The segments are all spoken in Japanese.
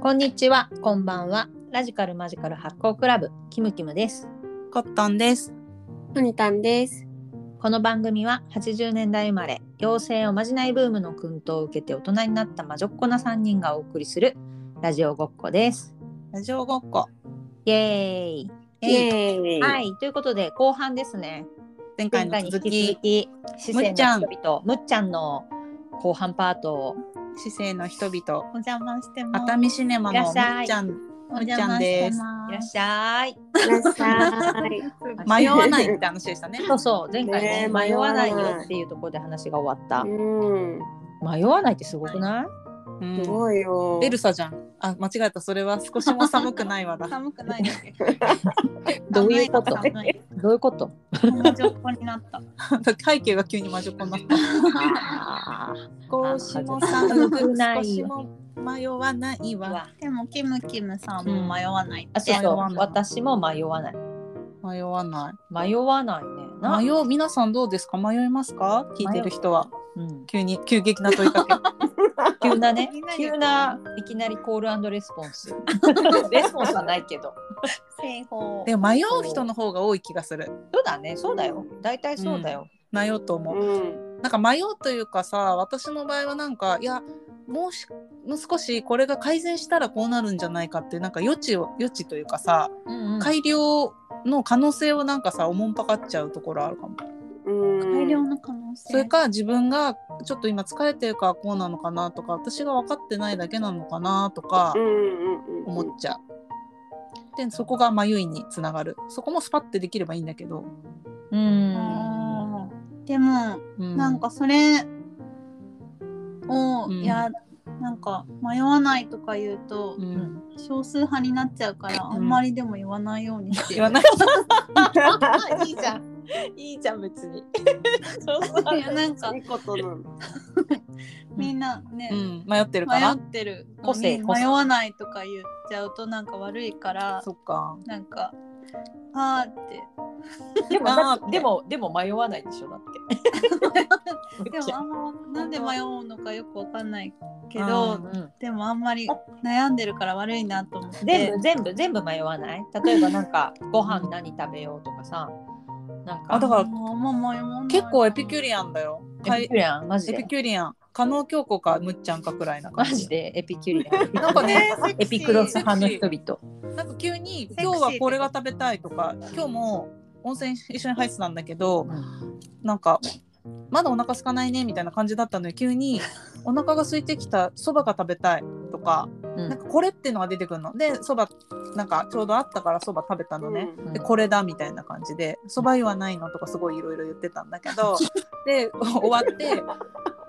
こんにちは、こんばんは。ラジカルマジカル発行クラブ、キムキムです。コットンです。ふにたんです。この番組は80年代生まれ、妖精おまじないブームの薫陶を受けて大人になった魔女っ子な3人がお送りするラジオごっこです。ラジオごっこ。イエーイ。イエーイ。。はいい、ということで後半ですね。前回前回のに引続きき続、き、四むっちゃ川んの人々、むっちゃんの後半パートを市政の人々。お邪魔してます。熱海シネマのいむらっっしゃいちゃん。お邪魔してまいらっす。しゃい。いらっしゃい。迷わないって話でしたね。そうそう、前回ねね迷迷わわなないいよっていうところで話が終わった。うん。迷わないってすごくない？うんすごいよ。ベルサじゃん。あ、間違えた。それは少しも寒くないわ だ。寒くないです。 どういうこと寒いどういうこと？寒い。情報になった。背景が急に魔女っ子になった。あ少しも寒くない。少しも迷わないーうわ。わでもキムキムさんも迷わないあ、っそうて。そ迷わう。ない私も迷わない。迷わな。迷わないね。ない迷う。皆さんどうですか迷いますか聞いてる人は。うん。急に、急激な問いかけ。急なねみんな、で急ないきなりコールレスポンス。 レスポンスはないけど。製法。でも迷う人の方が多い気がする。そうだね、そうだよ。大体そうだよ。迷うと思う。うん。なんか迷うというかさ私の場合はなんかいやもうしもう少しこれが改善したらこうなるんじゃないかっていうなんか予知を予知というかさうんうん改良の可能性をなんかさおもんぱかっちゃうところあるかも。うん。大量の可能性。それか自分がちょっと今疲れてるからこうなのかなとか私が分かってないだけなのかなとかうんうんうん。思っちゃう。でそこが迷いにつながるそこもスパッてできればいいんだけど、う。うんん。でもうなんかそれをうんいやなんか迷わないとか言うとうん少数派になっちゃうからあんまりでも言わないようにして言わないいいじゃん。 いいじゃん、別 に。 いやなんかいいことなの。みんなね、うん、迷ってるか迷なってる個性の個に性迷わないとか言っちゃうとなんか悪いからそっかなんかあーってでもあだーでも、でも迷わないでしょ、だ って。でもあんまなんで迷うのかよくわかんないけあどうんでもあんまり悩んでるから悪いなと思って全部全部全部迷わない例えばなんかご飯何食べようとかさなんかあだからあんま迷わない結構エピキュリアンだよ。エピキュリアンマジエでピキュリアン。加納京子かむっちゃんかくらいなマ感ジじ。でエピキュリアンなん かね、エピクロスセクシー派の人々なんか急に今日はこれが食べたいとか、今日も温泉一緒に入ってたんだけど、なんかまだお腹空かないねみたいな感じだったのに急にお腹が空いてきたそばが食べたいとか、うんなんかこれっていうのが出てくるの。で、そばなんかちょうどあったからそば食べたのね。うん。でこれだみたいな感じで「そば湯はないの?」とかすごいいろいろ言ってたんだけ どで終わって、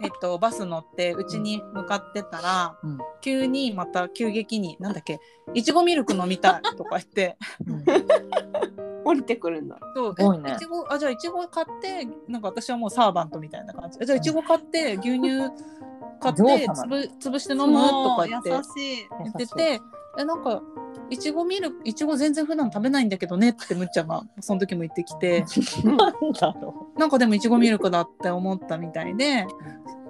えっと、バス乗ってうちに向かってたら、うん急にまた急激になんだっけいちごミルク飲みたいとか言ってうん降りてくるんだ。そ うすごいねえいちごあじゃあいちご買ってなんか私はもうサーバントみたいな感じじゃあいちご買って牛乳買っ女王て様つぶ潰して飲むともかう言優ってしい言っててえなんかいちごミルクいちご全然普段食べないんだけどねってむっちゃんがその時も言ってきて。なんだろなんかでもいちごミルクだって思ったみたいで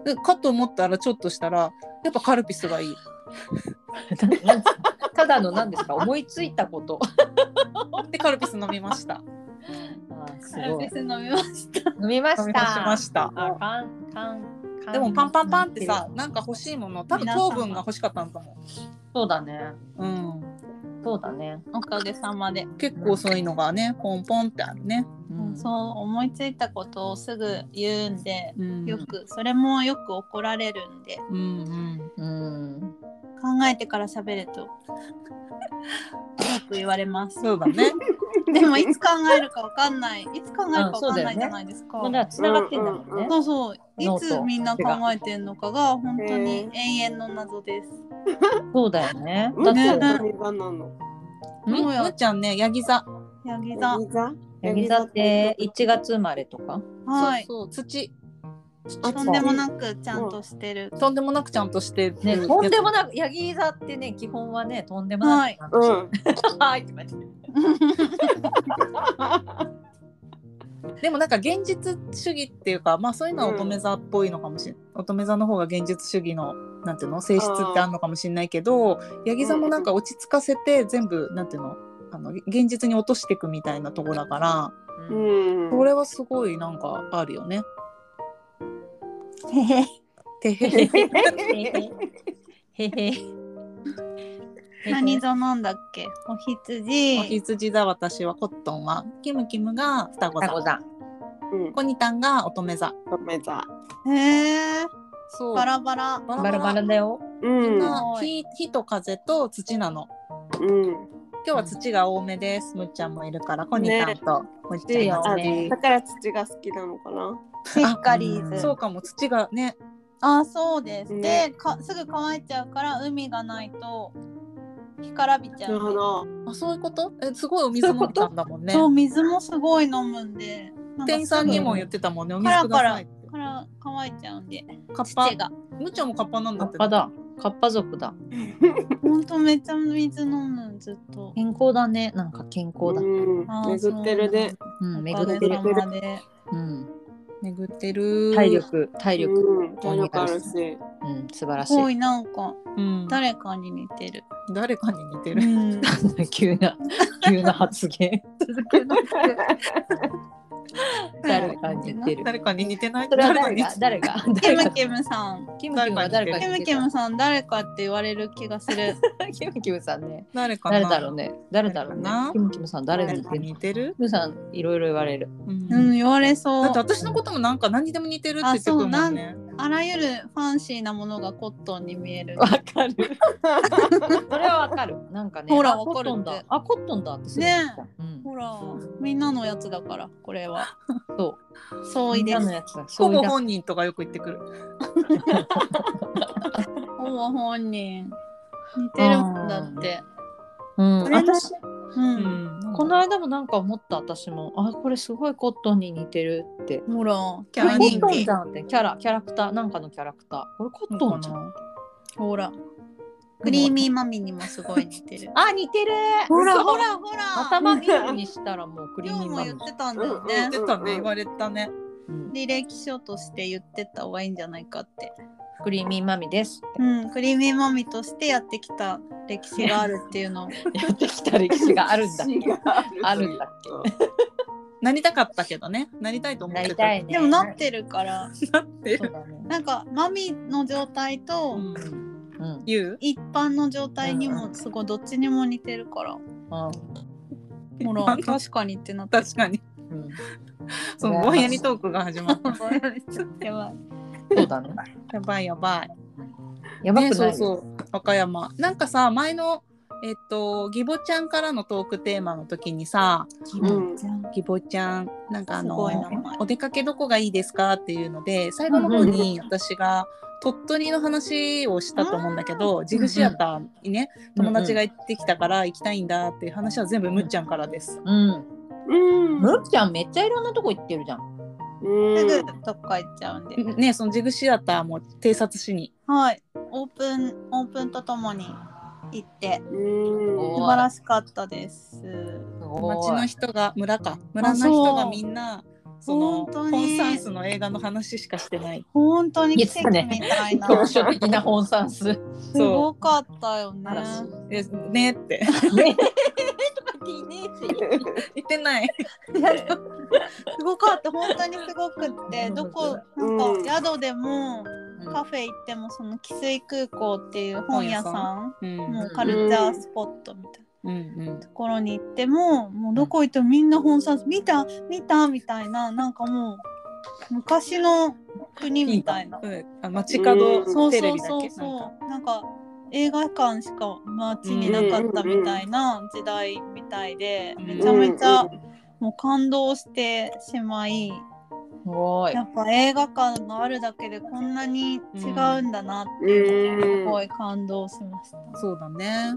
でかと思ったらちょっとしたらやっぱカルピスがいいうなんか ただの何ですか思いついたことでカルピス飲みましたあーすカルごピいス飲みました飲みました飲みましましたあかんかんかんでもパンパンパンってさなんか欲しいもの多分糖分が欲しかったんだもそうだねん、うそうだね、おかげさまで、ん、結構そういうのがねポンポンってあるね、うんそう思いついたことをすぐ言うんでうんよくそれもよく怒られるんでうんううんん考えてから喋れとよく言われますそうだねでもいつ考えるかわかんないいつ考えるかわかんないじゃないですか、まあだから繋がってんだもんね、うんうんうんそうそうノいートつみんな考えてんのかが本当に永遠の謎ですそうだよねうん。だだっっててね何がなの。むそうよむっちゃんねヤギ座ヤギ座座。ヤギ座って1月生まれとかはいそうそう土あとんでもなくちゃんとしてる、とんでもなくちゃんとしてるね、とんでももなく、ヤギ座ってね、基本はね、とんでもなく。うん。はい、って言われてでもなんか現実主義っていうか、まあそういうのは乙女座っぽいのかもしれない。乙女座の方が現実主義の、なんていうの、性質ってあるのかもしれないけど、ヤギ座もなんか落ち着かせて全部、なんていうの、あの、現実に落としていくみたいなとこだから、うん。これはすごいなんかあるよね。へへてへへ。 へへへ何座なんだっけ おお羊羊座、私はコットンは、キムキムが双子タコ座、さんうん。コニタンが乙女座。ごめんなさへえそう。バラバラババラバラだよい。うみんん。な火火と風と土なの。うん。今日は土が多めです。むっちゃんもいるから、コニタンとむっちゃんいますあね。だから土が好きなのかな。しっかりーあズそうかも、土がね、あそうです、ねでかすぐ乾いちゃうから海がないと干からびちゃなるほう、ど。あ、そういうことえ、すごいお水飲んだんだもんね。そう水もすごい飲むんでなんか店すぐ員さんにも言ってたもんね、おカ水ラくカださラいって。から乾いちゃうんでカッパ土、がむっちゃんもカッパなんカだッって。パだカッパ族だほんとめっちゃ水飲むずっと健康だねなんか健康だうんあ。ー巡ってるね。うんおか巡げってるさまでうん巡ってる。体。力体力うん。体力あるし。うん素晴らしすごいなんかうん。誰誰かに似てる、誰かに似てうる。ん、い 急な急な発言誰かに似てる誰かに似てない。それは誰が誰誰がキ誰ムがキムさんキムキムは誰かキにム似キてるムさん誰かって言われる気がするキムキムさんね誰かな。誰だろう。ね誰だろうね誰かなキムキムさん誰に誰似かてにる似てる。キムさんいろいろ言われるうん うん言われそうだって私のこともなんか何にでも似てるって言ってくるもんね。あらゆるファンシーなものがコットンに見える。わかるそれはわかるなんかねほらあわかるコってットンだあコットンだってすぐねえ思ったうんほら、みんなのやつだから、これ は。そう相違でみんなすの。やつだほそうぼだ本人とかよく言ってくる。ほぼ本人。似てるんだって。うんそれ私うん。うんこの間もなんか思った私もあこれすごいコットンに似てるってほら、キャラコ人ッ気トンじゃんってキャラキャラクターなんかのキャラクターこれコットンじゃん。ほら。クリーミーマミにもすごい似てるあ似てるほら 嘘ほらほら。頭緑にしたらもうクリ今ーミ日ーもマ言ムってたんだようんうねん言。ってたね言われたね。うん履歴書として言ってた方がいいんじゃないかって。クリーミーマミですうん、クリーミーマミとしてやってきた歴史があるっていうのを。やってきた歴史があるんだっけ血があるんだっけなりたかったけどね。なりたいと思っなてりた。たいねでもなってるかなら、ってそうる。だねなんかマミの状態と、うんうん言う。一般の状態にもすごいどっちにも似てるから、うんほら確かにってなった確かに。うんそのぼんやりトークが始まった。やばいそうだねやばいやばい。やばくないね、そうそう和歌山なんかさ前のえっとギボちゃんからのトークテーマの時にさうん。ギボちゃんなんかあすごいの名前お出かけどこがいいですかっていうので最後の方に私が鳥取の話をしたと思うんだけどジグシアターにね友達が行ってきたから行きたいんだっていう話は全部むっちゃんからです。うんうん。むっちゃんめっちゃいろんなとこ行ってるじゃんすうぐん。どっか行っちゃうんで、ねそのジグシアターも偵察しにはいオープンオープンとともに行ってうん。素晴らしかったですす町ごのい人が村か村の人がそうみんなその本コ当ンにサンスの映画の話しかしてない。本当に言奇ってた跡ねみたいな、高所的な本算数すごかったよね嵐ですねって ねとか言ってねえし言ってない。いやでもすごかった本当にすごくってどこなんか宿でもカフェ行ってもその汽水空港っていう本屋さんうんもうカルチャースポットみたいなうんところに行ってももうどこ行ってもみんな本冊見た見たみたいななんかもう昔の国みたいなうん。あ街角そうテレそうビだっそうけそうなんか映画館しか街になかったみたいな時代みたいでうんめちゃめちゃもう感動してしまいすごいやっぱ映画館があるだけでこんなに違うんだなってうん。すごい感動しました。そうだね。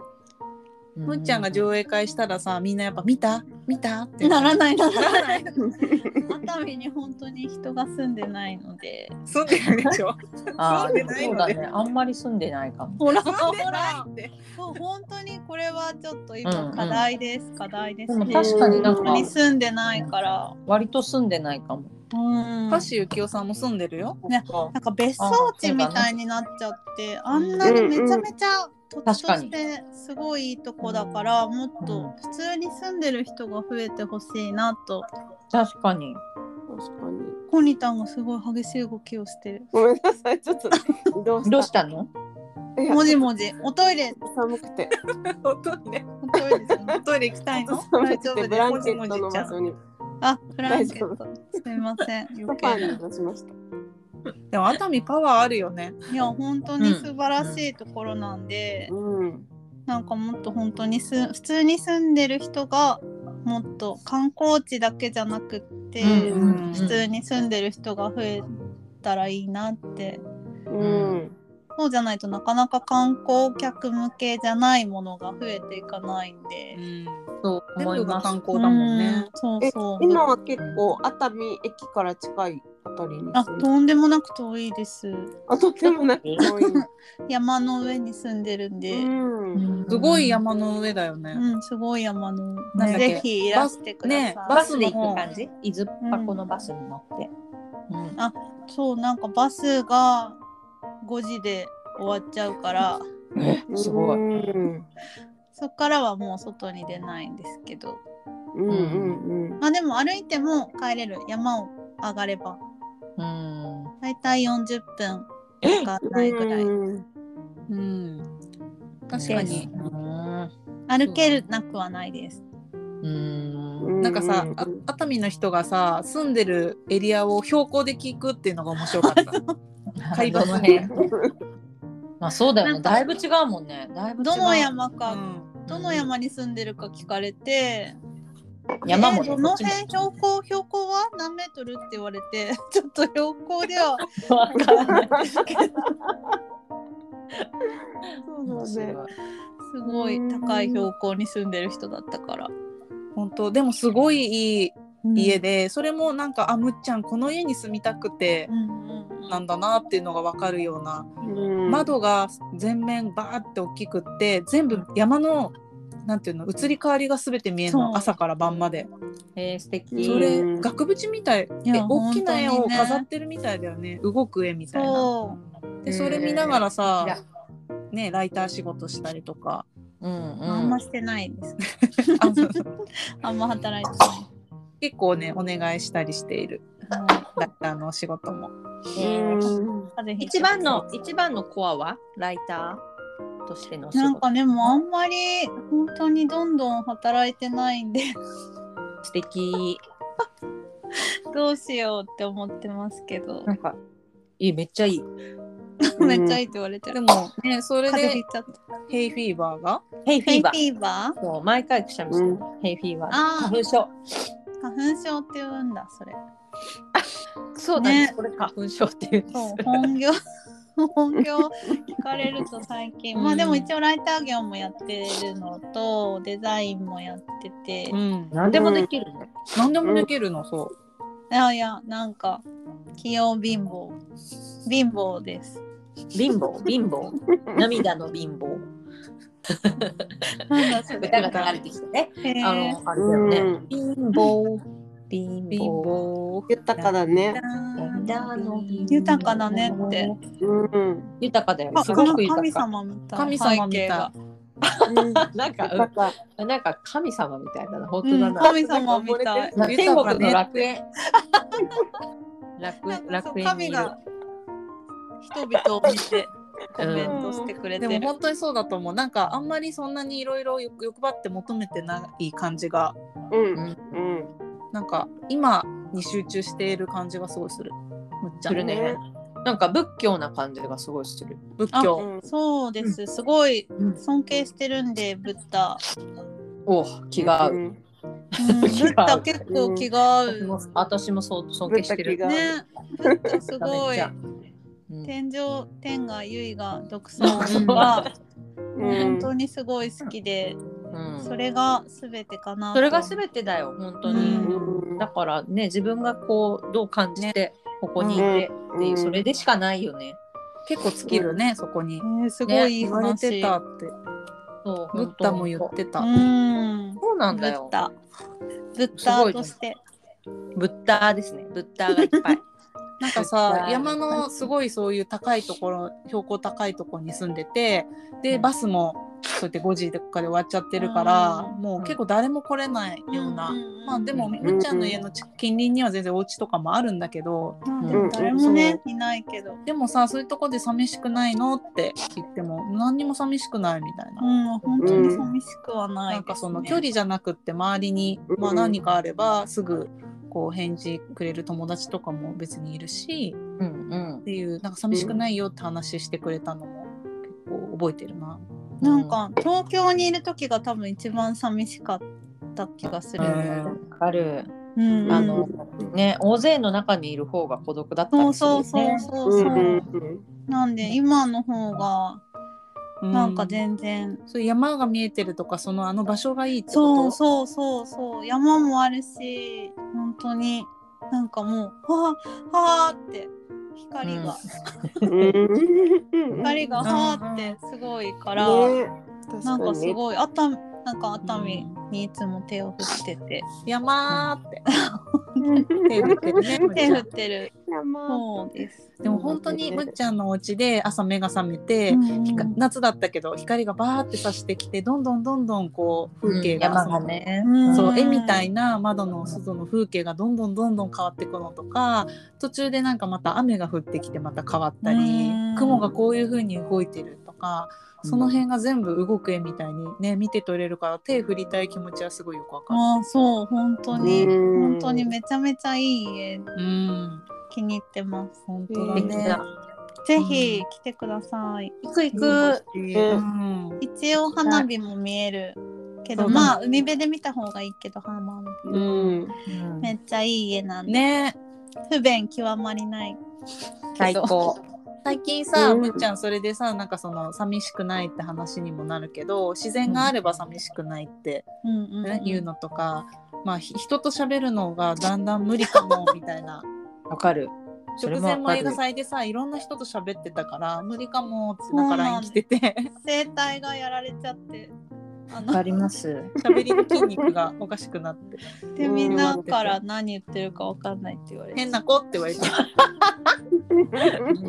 むっちゃんが上映会したらさみんなやっぱ見た見たってならないならなないらない熱海に本当に人が住んでないので住んでるでしょあ住んでなーそういのでだねあんまり住んでないかもほら住んほでないらってそう本当にこれはちょっとうんう今ん課題です、課題でですもね確かになん本か当に住んでないから割と住んでないかもうん歌手幸男さんも住んでるよねそっかなんか別荘地みたいになっちゃってあ,、んなにめちゃめちゃ土地としてすごいいいとこだから、もっと普通に住んでる人が増えてほしいなと確かに確かに。コニタンがすごい激しい動きをしてるごめんなさい、ちょっと。どうしたどうしたのいやもじもじおトイレ寒くて。本当にねおトイレじゃないおトイレ行きたいの寒大く丈て、夫ブでラすンケットの場所に。あフランケ大丈ットすみませんソ余ファ計ーなに出しました。でも熱海パワーあるよねいや本当に素晴らしいところなんで、うん。なんかもっと本当にす普通に住んでる人がもっと観光地だけじゃなくって、うんうん普通に住んでる人が増えたらいいなってうん。そうじゃないとなかなか観光客向けじゃないものが増えていかないんで。そう全思い部がます観光だもんうね。そうえそ、う。今は結構熱海駅から近いあたりにあ住んで。とんでもなく遠いです。あ、とてもなく遠い。山の上に住んでるんで、うん、うん。すごい山の上だよね。すごい山の。なんだっけぜひいらしてください。バスで行く感じ伊豆箱のバスに乗って、うんあそうなんかバスが5時で終わっちゃうからえすごい、うん。そっからはもう外に出ないんですけどうんうんうん。まあでも歩いても帰れる山を上がればうん、だいたい40分えかかんないぐらいうんうん。確かに。歩けるなくはないです。うんなんかさ、うあ熱海の人がさ、住んでるエリアを標高で聞くっていうのが面白かった。海抜ねまあそうだよなねんかだいぶ違うもんねだいぶ違うどの山か、うんどの山に住んでるか聞かれて、山もえねーどこのっちも辺標高標高は何メートルって言われて ちょっと標高ではわからないそうだね。すごい高い標高に住んでる人だったから。本当でもすごいいい家で、それもなんかあむっちゃんこの家に住みたくてうんうんうんなんだなっていうのがわかるような、うん。窓が全面バーって大きくって全部山のなんていうの移り変わりが全て見えるそうの朝から晩までえー、素敵それうん額縁みたいいやえ大きな絵本を当にね飾ってるみたいだよね動く絵みたいな。そでそれ見ながらいやさ、ね、ライター仕事したりとかうんう、あんうまんしてないです。あのあんま働いてな結構ねお願いしたりしているいはいライターのお仕事も。えー風邪ひい一ちゃう。番の一番のコアはライターとしてのお仕なん事かでもあんまり本当にどんどん働いてないんで素敵どうしようって思ってますけどなんかいいめっちゃいいうん めっちゃいいって言われてでる。もねそれ風邪ひいでちゃった。ヘイフィーバーがヘイフフェィイーフバーィーバーそう毎回くしゃみしてる、ヘイフィーバーあー花粉症花粉症って言うんだそれ。そうだねこれ花粉症っていうんですそう本業本業聞かれると最近、まあでも一応ライター業もやってるのとデザインもやってて、ういん、何でもできるね、何でもできるのそう。やいやなんか器用貧乏貧乏です。貧乏貧乏涙の貧乏なんだそれ。歌が流れてきてね、へーあのあれだよね、うん貧乏貧貧乏乏豊かだね。涙の貧乏豊かだねって。うん。豊かだよあすごく豊神か様みたい。神様みたい背景がなんか豊か。うんなんか神様みたいだな本う当だん、な、神様みたい。な天豊か国ねの楽 園楽園なんかそう楽園に神いるが人々を見てコメントしてくれてでる。も本当にそうだと思うなんかあんまりそんなにいろいろ欲張って求めてない感じがうん。うん。なんか今に集中している感じがすごいするむっちゃするんねねなんか仏教な感じがすごいする仏教そうです。すごいうん尊敬してるんで、ブッダ。お気が合う、うん。うん、ブッダ結構気が合私う。も私もそう尊敬してるブッダ気が合うね、ブッダすごめっいち。ゃうん天井、天が、唯が、独尊が、う本ん。当にすごい好きで、うんそれが全てかなとそれが全てだよ本当に、うんだからね自分がこうどう感じてここにいてっていう、うんそれでしかないよね結構尽きるね、そこに。えーすごいいい言われ話、てたって。そうブッダも言ってた。うんそうなんブだッよダブッすごダいねとしてブッダですねブッダがいっぱいなんか絶さ対山のすごいそういう高いところ標高高いところに住んでてでバスもそうやって5時とかで終わっちゃってるからうんもう結構誰も来れないような、まあでもうんみっちゃんの家の近近隣には全然お家とかもあるんだけどでも誰もね、いないけどでもさそういうとこで寂しくないのって言っても何にも寂しくないみたいな。うん本当に寂しくはない、なんかその距離じゃなくって周りに、うんまあ、何かあればすぐこう返事くれる友達とかも別にいるしうんうんっていうなんか寂しくないよって話してくれたのも結構覚えてるな。なんか東京にいる時が多分一番寂しかった気がすうる、んわかる、うんあのね大勢の中にいる方が孤独だったそうりするそようそねうそううそんう、うんなんで今の方がうなんか全然、そういう山が見えてるとかそのあの場所がいいってそことうそうそうそう山もあるし本当になんかもうはあはあって光が、うん光がうんはあってすごいから、ねなんかすいごい熱海なんか熱海にいつも手を振ってて、山ーって手手振ってる ねむっ手ち振ゃっんてるそうです、でも本当にむっちゃんのお家で朝目が覚めて、ひかうん夏だったけど光がバーって差してきてどんどんどんどんこう風景が,、山がねうんそうう絵みたいな窓の外の風景がどんどんどんどん変わっていくのとか途中でなんかまた雨が降ってきてまた変わったりうん雲がこういう風に動いてるとかうんその辺が全部動く絵みたいにね見て取れるから手振りたい気持ちはすごいよくわかる。ああそう本当に、うん本当にめちゃめちゃいい絵うん気に入ってます本当だ素敵ねだ。ぜひ来てください、行く行くうん一応花火も見えるけどそうだねまあ海辺で見た方がいいけど花火、うんめっちゃいい家なんで、ね不便極まりない最高最近さ、うんむっちゃんそれでさなんかその寂しくないって話にもなるけど自然があれば寂しくないって、うんうんね言うのとか、まあひ人と喋るのがだんだん無理かもみたいなわかるそれ直も前わもかる映画祭でさいろんな人と喋ってたから無理かもってだからそう LINE なん来てて声帯がやられちゃってあわかのります喋りの筋肉がおかしくなってでみんなから何言ってるかわかんないって言われて変な子って言われて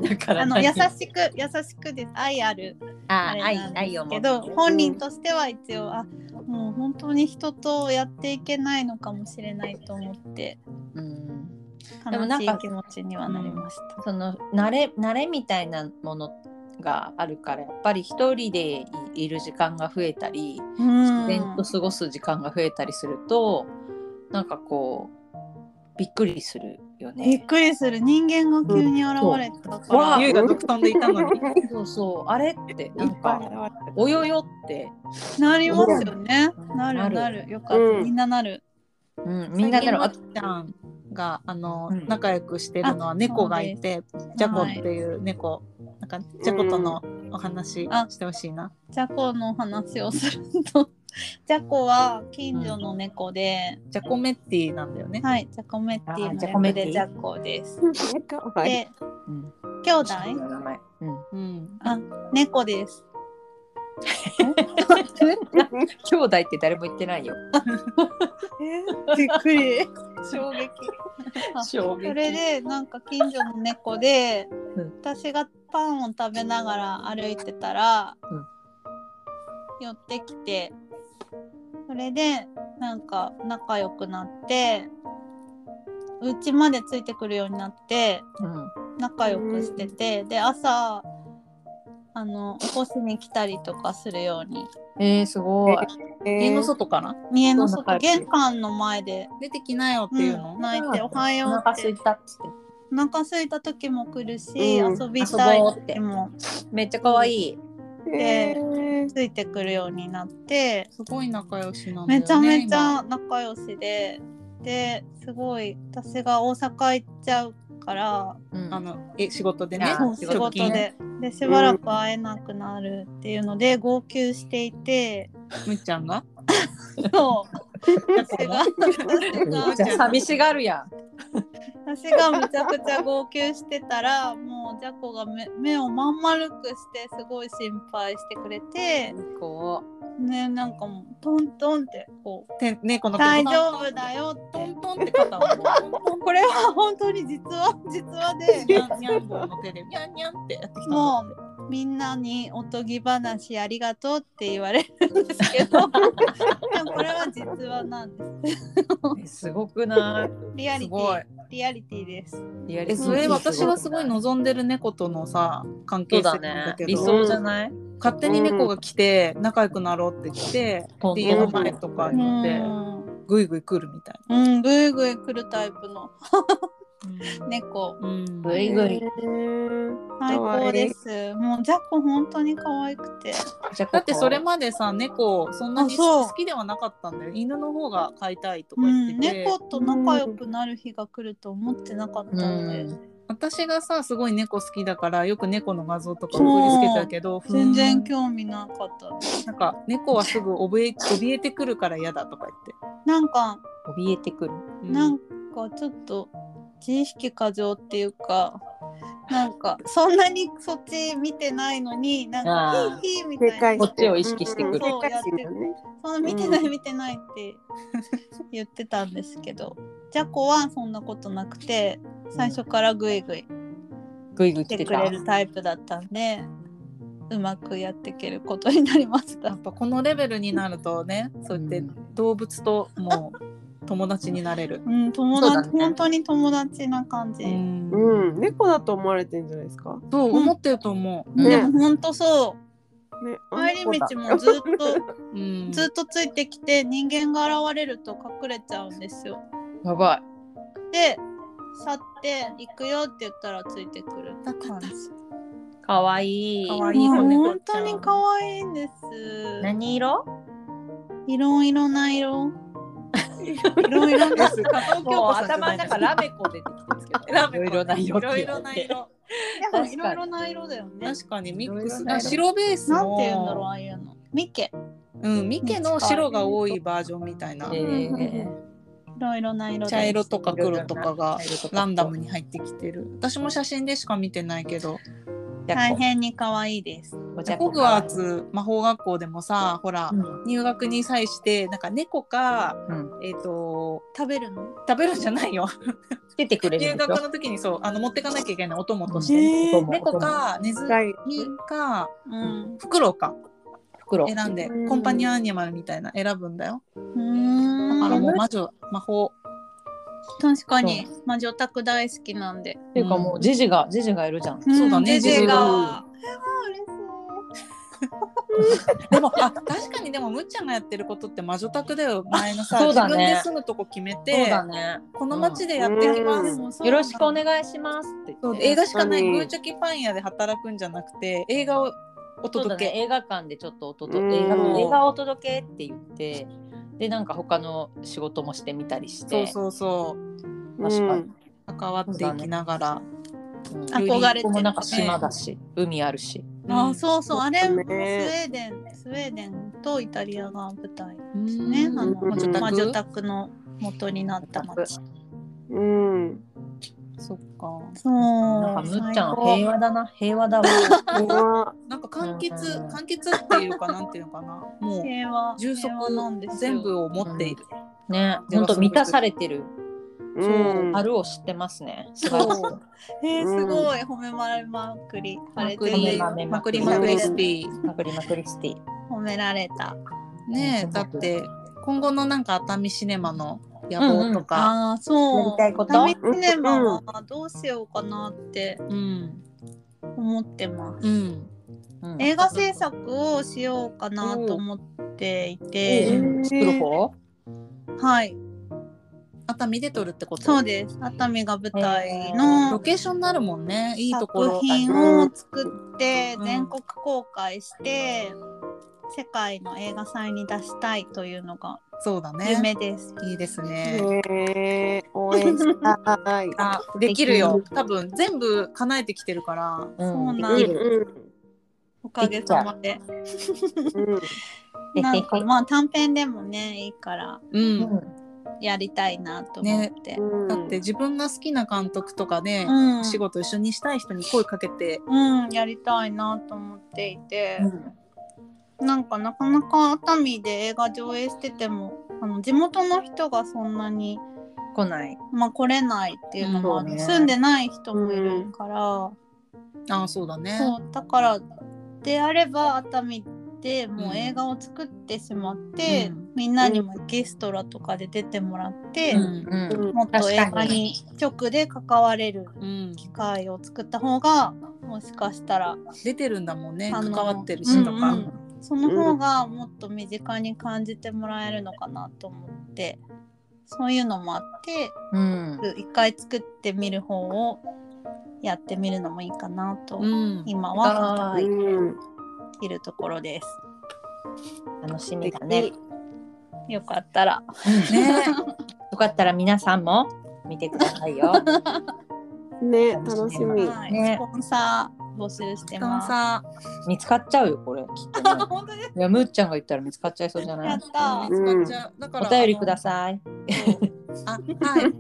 だからあの優し何く優しくです愛あるああれ愛なん愛でを持すっけてど本人としては一応あもう本当に人とやっていけないのかもしれないと思ってうんでもなん悲しかい気持ちにはなりました。その慣れ慣れみたいなものがあるからやっぱり一人でいいる時間が増えたりうん自然と過ごす時間が増えたりするとなんかこうびっくりするよびっね。くりする人間が急に現れたかわら、あゆいが独尊でいたのにそうそうあれってないっんぱいか現れおよよって、なりますよねう。んななるるなるよかった、うんみんななる。うん、みんなでのああっちゃんがあの、うん仲良くしてるのは猫がいてジャコっていう猫、なんかジャコとのお話あしてほしいな。ジャコの話をすると ジャコは近所の猫で、ジャコメッティなんだよね。はいジャコメッティあジのャコメッ役ティでジャコです。たかわいいでうん兄弟名前うん、うん、猫です。兄弟って誰も言ってないよ。びっ くり衝撃。 衝撃それでなんか近所の猫で、うん私がパンを食べながら歩いてたら、うん寄ってきてそれでなんか仲良くなってうちまでついてくるようになってうん仲良くしてて、で朝あの起こしに来たりとかするようにえー、すごい。家家の外から家のそんな感外じ玄関の前で、出てきなよっうていうんの。泣いて「おはよおう」腹ってすいたっつって。お腹空いた時も来るし、うん遊びたい遊ぼうって時もめっちゃ可愛い。でついてくるようになって、すごい仲良しなんだよね。めちゃめちゃ仲良しでですごい私が大阪行っちゃうから、うん今あのえ仕事でねあそう仕仕事事ででしばらく会えなくなるっていうので号泣していて、むっちゃ んがそう私ががめっちゃ寂しがるやん。私がめちゃくちゃ号泣してたらもうジャコが目目をまん丸くしてすごい心配してくれてこねなんかもうトントンってこうて猫「の大丈夫だよ」っトてントンって肩をこれは本当に実は実はで ニャンニャン棒の手でニャンニャンってやってきたものうみんなにおとぎ話ありがとうって言われるんですけどでもこれは実話なんですうえすごくない。リアすリテごいィリアリティですリアリテえィそれ私はすごいの望んでる猫とのさ関そう係性だなんだねけ。ど理想じゃない。勝手に猫が来て仲良くなろうって来て、うんで家の前とかうに行ってん、ぐいぐい来るみたいうん、ぐいぐい来るタイプのな。猫うんぐいぐい。最高ですもうジャコ本当に可愛くてだってそれまでさ猫そんなにあそう好きではなかったんだよ犬の方が飼いたいとかう言っん、てて、猫と仲良くなる日が来ると思ってなかったので、うん私がさすごい猫好きだからよく猫の画像とか送りつけてたけど全ふー然ん興味なかったですなんか猫はすぐ怯え怯えてくるから嫌だとかなんか怯えてくる。言って、うなんかちょっと自意識過剰っていうかなんかそんなにそっち見てないのになんあかーヒーヒーみでたかいいこなっちを意識してくるでかいしね。その見てない見てないって 言ってたんですけどジャコはそんなことなくて最初からグイグイぐいぐい来来ててくたれ。るタイプだったんでうまくやっていけることになりましやたっ。ぱこのレベルになるとねそうやって動物ともう友達になれる。うん、友そうだ達、ね本当に友達な感じ。うん、猫だと思われてんじゃないですか。そう思ってると思うんでも本当そうね、帰り道もずっ とう。うんずっとついてきて人間が現れると隠れちゃうんですよ。やばい。で去って行くよって言ったらついてくる感じ。かわいい。かわいいいい子子猫ち本ゃ当ん。に可愛いんです。何色？いろいろな色。いろいろ 加な藤京もう子さんじゃ頭のないで中すラメコ出てきてるんですけど。 ラメコいろいろな色いろいろな色。でもいろいろな色だよね。確かにミックスいろいろなあ色白ベースなのんて言うんだろうああいうの。ミケ。うんミケの白が多いバージョンみたいなえーいろいろな色です。茶色とか黒とかがいろいろな色とかランダムに入ってきてる私も写真でしか見てないけど大変に可愛いです。ホグワー。ツ魔法学校でもさほらうんうん入学に際してなんか猫か、うんえっ、と食べるの？食べるんじゃないよつけてくれる入んでし学ょ。の時にそうあの持ってかなきゃいけないお供としえて、ーへー猫かネズミはい。かうん。フクロウか袋。選んでうんコンパニオンアニマルみたいな選ぶんだようだん。からもう魔女魔法確かに魔女宅大好きなんで。っていうかもうジジがジジがいるじゃん。そうだねんジェジェが。でもあ確かにでもむっちゃんがやってることって魔女宅だよ前のさ、そうだ自ね分で住むとこ決めそうて、だね。この町でやってきます、うんよろしくおい。願いしますって言そっうて。映画しかないうんグーチョキパン屋で働くんじゃなくて映画をおそうだ届け、ね、映画館でちょっとおととうん映画映画をお届けって言ってでなんか他の仕事もしてみたりしてそうそうそう確かに、関わっていきながら、うん憧れてるここもなんか島だし、海あるしあ、そうそう、あれそうもスウだねェーデン、スウェーデンとイタリアが舞台うんですね。あの魔女宅魔女宅の元になった町。うん。そっかそう。なんかむっちゃん最高平和だな平和だわ なんか完結うん完結っていうかなんていうのかなも う平和充足平和なんですよ全部を持っている、ね本当満たされてるうん。春を知ってますねすごいそうえー、すごい褒められまくりされてうるん褒めまくりマクリマクエスピーマクリマクリスティ褒められた。ねうんえだって今後のなんか熱海シネマの野望とか、ああ、そう。やりたいことダミシネマはどうしようかなってうん思ってます。うんうん映画制作をしようかなと思っていて、うん作る方はい、熱海で撮るってことそうです。熱海が舞台ロのケーションになるもんねいいとこ作ろ品を作ってうん全国公開して世界の映画祭に出したいというのがそうだね夢です。いいですね、え応援したい。あできるよ多分全部叶えてきてるからうそうんなうんんでうす。ん。おかげさまで。なんかまあ短編でもねいいからうん。やりたいなと思って。だって自分が好きな監督とかね、うん、仕事一緒にしたい人に声かけて、うん、やりたいなと思っていて、なんかなかなか熱海で映画上映しててもあの地元の人がそんなに、来ない。まあ、来れないっていうのもある、うんそうね住んでない人もいるから、ああそうだね。そうだからであれば熱海でもう映画を作ってしまって、うんみんなにもゲストラとかで出てもらって、うんうん。もっと映確か画にに直で関われるうん、機会を作った方がもしかしたら出てるんだもんねあ関のわってるしとか、うんその方がもっと身近に感じてもらえるのかなと思ってそういうのもあってうん。一回作ってみる方をやってみるのもいいかなと、うん今ははーい。いるところです。楽しみだね。よかったら ねよかったら皆さんも見てください よ。ね、楽しみ。はいねスポンサー募集して時間ます。さ見つかっちゃうよこれ。きっとね本当ですいやむーちゃんが言ったら見つかっちゃいそうじゃやなっい。た。見つかっちゃうだかおら便りください。あのあはい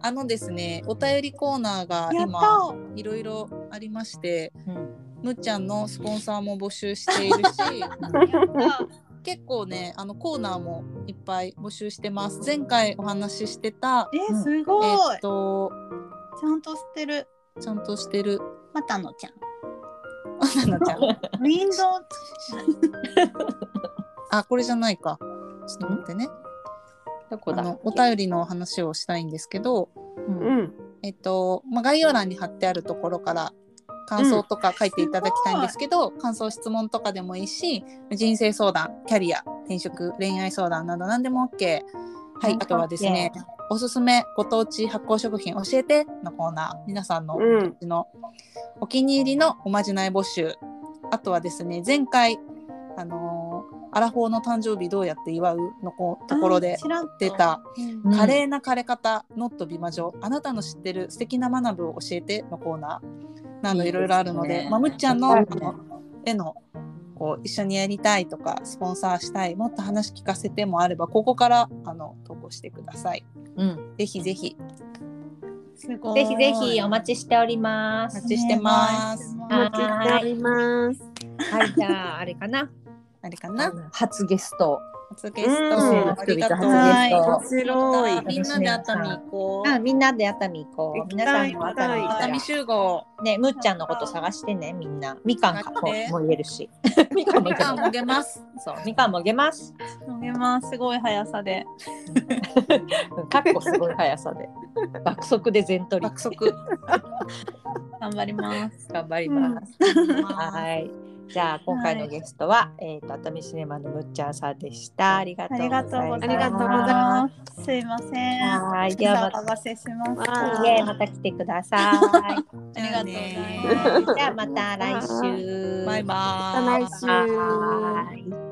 あのですねお便りコーナーがやっ今た。いろいろありましてうん。むっちゃんのスポンサーも募集している しやった。結構ねあのコーナーもいっぱい募集してます前回お話ししてたえ、すえごいっ。とちゃんとしてる。ちゃんとしてるまたのちゃん。ななちゃん ウィンドウあこれじゃないかちょっと待ってねどこあだの。お便りの話をしたいんですけど、うんうん、えっとまあ、概要欄に貼ってあるところから感想とか書いていただきたいんですけど、感想質問とかでもいいし人生相談キャリア転職恋愛相談など何でも OK はいあとはですね。おすすめご当地発酵食品教えてのコーナー皆さんのうん、のお気に入りのおまじない募集あとはですね前回あのーアラフォーの誕生日どうやって祝うのこところで出。たうんうん華麗な枯れ方、ノット美魔女、あなたの知ってる素敵な学ぶを教えてのコーナーないいでどすねいろいろあるので、まあ、むっちゃんの,、はいの絵のこう一緒にやりたいとか、スポンサーしたい、もっと話聞かせてもあれば、ここからあの投稿してください。うん。ぜひぜひ。すごぜいひぜひお待ちしております。お待ちしてますおお待待ちちしております。 はいじゃああれかな。あれかな初ゲスト。初ゲスうんト、ありがとう。はい初面ゲス白い。みんなで熱海行こト。あみんなで熱海行こう。行き皆たさんいも熱海行う。っ熱たら海集合。ねむっちゃんのこと探してねみんな。みかんか探してももう言えるし。みかんもみいけかんまもす。げます。そうみかんもあげます。飲みます。すごい速さで。かっこすごい速さで爆速で全取り爆速。頑張ります。頑張ります、 はいじゃあ今回のゲストは、えっ、と熱海シネマのむっちゃんさんでしたありがとあうりございがまとすうございまあす。。りがとうございますすいません。はいででははおま待たせしましわた。あたいえまた来てくださいありがとじうございます。ゃあまた来週バイバまーイ。た来週。はい